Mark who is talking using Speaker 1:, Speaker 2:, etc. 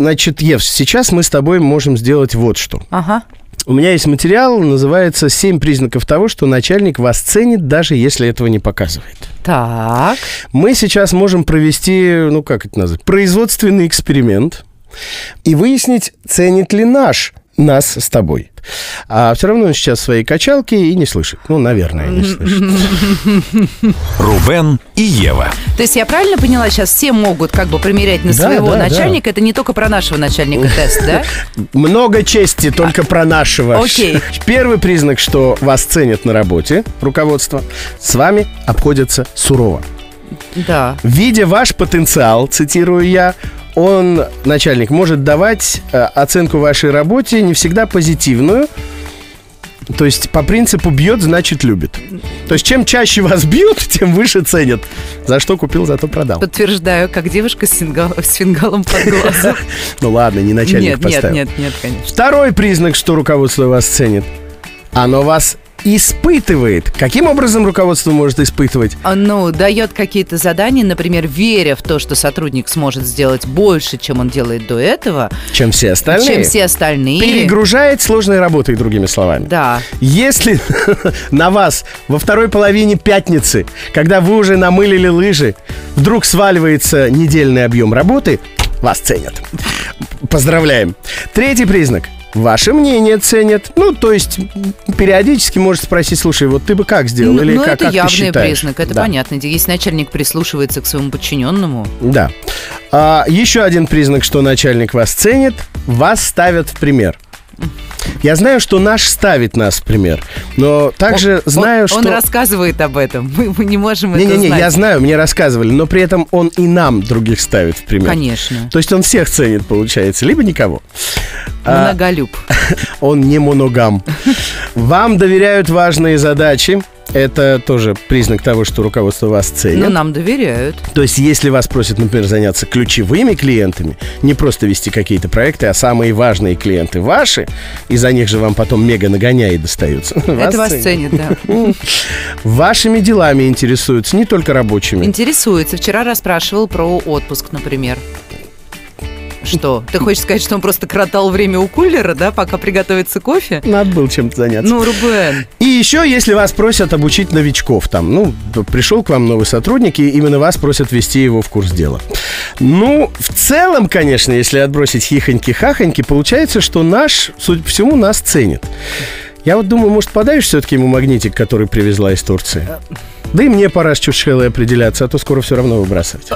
Speaker 1: Значит, Евс, сейчас мы с тобой можем сделать вот что.
Speaker 2: Ага.
Speaker 1: У меня есть материал, называется «Семь признаков того, что начальник вас ценит, даже если этого не показывает».
Speaker 2: Так.
Speaker 1: Мы сейчас можем провести, ну как это назвать, производственный эксперимент и выяснить, ценит ли наш нас с тобой. А все равно он сейчас в своей качалке и не слышит. Ну, наверное, не слышит.
Speaker 3: Рубен и Ева.
Speaker 2: То есть я правильно поняла, сейчас все могут как бы примерять на
Speaker 1: Да,
Speaker 2: своего
Speaker 1: да,
Speaker 2: начальника. Это не только про нашего начальника тест, да?
Speaker 1: Много чести, только про нашего.
Speaker 2: Окей.
Speaker 1: Первый признак, что вас ценят на работе, руководство, с вами обходятся сурово.
Speaker 2: Да.
Speaker 1: Видя ваш потенциал, цитирую я, он, начальник, может давать э, оценку вашей работе не всегда позитивную. То есть по принципу бьет, значит любит. То есть чем чаще вас бьют, тем выше ценят. За что купил, зато продал.
Speaker 2: Подтверждаю, как девушка с, фингал- с фингалом под глазом.
Speaker 1: Ну ладно, не начальник
Speaker 2: Нет, нет,
Speaker 1: поставил.
Speaker 2: нет, нет, конечно.
Speaker 1: Второй признак, что руководство вас ценит. Оно вас испытывает. Каким образом руководство может испытывать?
Speaker 2: А, Ну, дает какие-то задания, например, веря в то, что сотрудник сможет сделать больше, чем он делает до этого,
Speaker 1: Чем все остальные?
Speaker 2: чем все остальные.
Speaker 1: Перегружает сложной работой, другими словами.
Speaker 2: Да.
Speaker 1: Если на вас во второй половине пятницы, когда вы уже намылили лыжи, вдруг сваливается недельный объем работы, вас ценят. Поздравляем. Третий признак. Ваше мнение ценят. Ну, то есть, м, периодически может спросить, слушай, вот ты бы как сделал?
Speaker 2: Ну,
Speaker 1: Или
Speaker 2: ну,
Speaker 1: как,
Speaker 2: это
Speaker 1: как ты
Speaker 2: явный
Speaker 1: считаешь?
Speaker 2: признак, это
Speaker 1: Да.
Speaker 2: понятно. Если начальник прислушивается к своему подчиненному,
Speaker 1: Да. А, еще один признак, что начальник вас ценит, вас ставят в пример. Я знаю, что наш ставит нас в пример, но также
Speaker 2: он-
Speaker 1: знаю,
Speaker 2: он,
Speaker 1: что...
Speaker 2: он рассказывает об этом. Мы, мы не можем это
Speaker 1: Не-не-не,
Speaker 2: знать.
Speaker 1: я знаю, мне рассказывали, но при этом он и нам других ставит в пример.
Speaker 2: Конечно.
Speaker 1: То есть он всех ценит, получается, либо никого. А,
Speaker 2: Многолюб.
Speaker 1: он не моногам. Вам доверяют важные задачи. Это тоже признак того, что руководство вас
Speaker 2: Но
Speaker 1: ценит.
Speaker 2: Ну, нам доверяют.
Speaker 1: То есть, если вас просят, например, заняться ключевыми клиентами, не просто вести какие-то проекты, а самые важные клиенты ваши, и за них же вам потом мега нагоняи достаются.
Speaker 2: это вас ценит, да.
Speaker 1: Вашими делами интересуются, не только рабочими.
Speaker 2: Интересуется. Вчера расспрашивал про отпуск, например. Что? Ты хочешь сказать, что он просто кротал время у кулера, да, пока приготовится кофе?
Speaker 1: Надо было чем-то заняться.
Speaker 2: Ну, Рубен,
Speaker 1: И еще, если вас просят обучить новичков, там, ну, пришел к вам новый сотрудник, и именно вас просят ввести его в курс дела. Ну, в целом, конечно, если отбросить хихоньки-хахоньки, получается, что наш, судя по всему, нас ценит. Я вот думаю, может, подаешь все-таки ему магнитик, который привезла из Турции? Да и мне пора с чушелой определяться, а то скоро все равно выбрасывать.